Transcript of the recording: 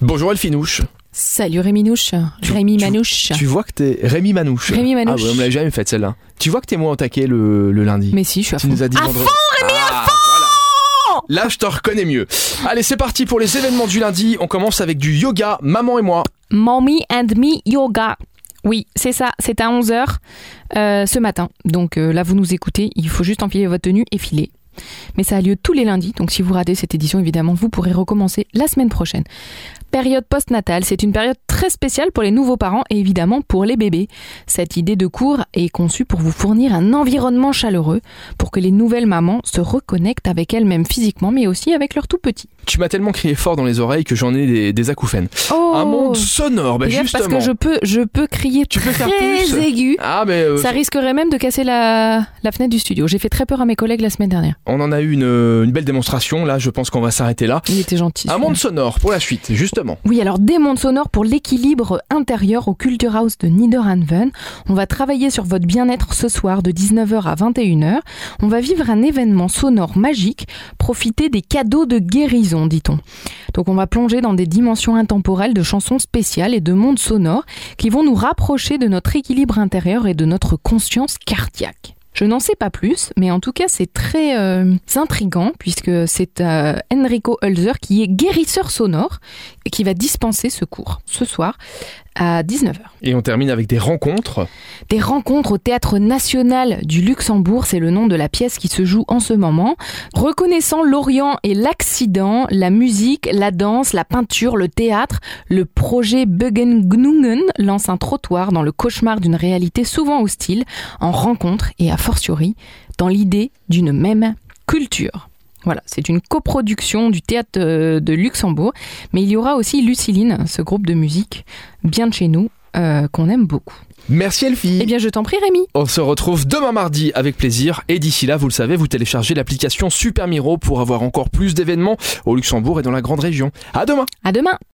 Bonjour Elfinouche. Salut Rémi Nouche, Rémi tu- Manouche. Tu vois que t'es Rémi Manouche. Rémi Manouche. Ah ouais, on me l'a jamais faite celle-là. Tu vois que t'es moins au taquet le, le lundi. Mais si, je suis à tu fond. nous as dit À vendredi. Ah, voilà. Là, je te reconnais mieux. Allez, c'est parti pour les événements du lundi. On commence avec du yoga, maman et moi. Mommy and me yoga. Oui, c'est ça, c'est à 11h ce matin. Donc euh, là, vous nous écoutez, il faut juste empiler votre tenue et filer. Mais ça a lieu tous les lundis, donc si vous ratez cette édition, évidemment, vous pourrez recommencer la semaine prochaine. Période postnatale, c'est une période très spéciale pour les nouveaux parents et évidemment pour les bébés. Cette idée de cours est conçue pour vous fournir un environnement chaleureux pour que les nouvelles mamans se reconnectent avec elles-mêmes physiquement, mais aussi avec leurs tout petits. Tu m'as tellement crié fort dans les oreilles que j'en ai des, des acouphènes. Oh Un monde sonore, bah Fais gaffe, justement. parce que je peux, je peux crier Tu peux faire très plus. aigu. Ah, mais euh, Ça risquerait même de casser la, la fenêtre du studio. J'ai fait très peur à mes collègues la semaine dernière. on en a eu une, une belle démonstration. Là, je pense qu'on va s'arrêter là. Il était gentil. Un celui-là. monde sonore pour la suite, justement. Oui, alors des mondes sonores pour l'équilibre intérieur au Culture House de Niederhanven. On va travailler sur votre bien-être ce soir de 19h à 21h. On va vivre un événement sonore magique, profiter des cadeaux de guérison, dit-on. Donc on va plonger dans des dimensions intemporelles de chansons spéciales et de mondes sonores qui vont nous rapprocher de notre équilibre intérieur et de notre conscience cardiaque. Je n'en sais pas plus, mais en tout cas c'est très euh, intriguant puisque c'est euh, Enrico Hölzer qui est guérisseur sonore et qui va dispenser ce cours ce soir à 19h. Et on termine avec des rencontres. Des rencontres au Théâtre national du Luxembourg, c'est le nom de la pièce qui se joue en ce moment. Reconnaissant l'Orient et l'Accident, la musique, la danse, la peinture, le théâtre, le projet Bögengnungen lance un trottoir dans le cauchemar d'une réalité souvent hostile, en rencontre et a fortiori dans l'idée d'une même culture. Voilà, c'est une coproduction du théâtre euh, de Luxembourg, mais il y aura aussi Luciline, ce groupe de musique bien de chez nous euh, qu'on aime beaucoup. Merci Elfie. Eh bien, je t'en prie, Rémi. On se retrouve demain mardi avec plaisir et d'ici là, vous le savez, vous téléchargez l'application Super Miro pour avoir encore plus d'événements au Luxembourg et dans la grande région. À demain. À demain.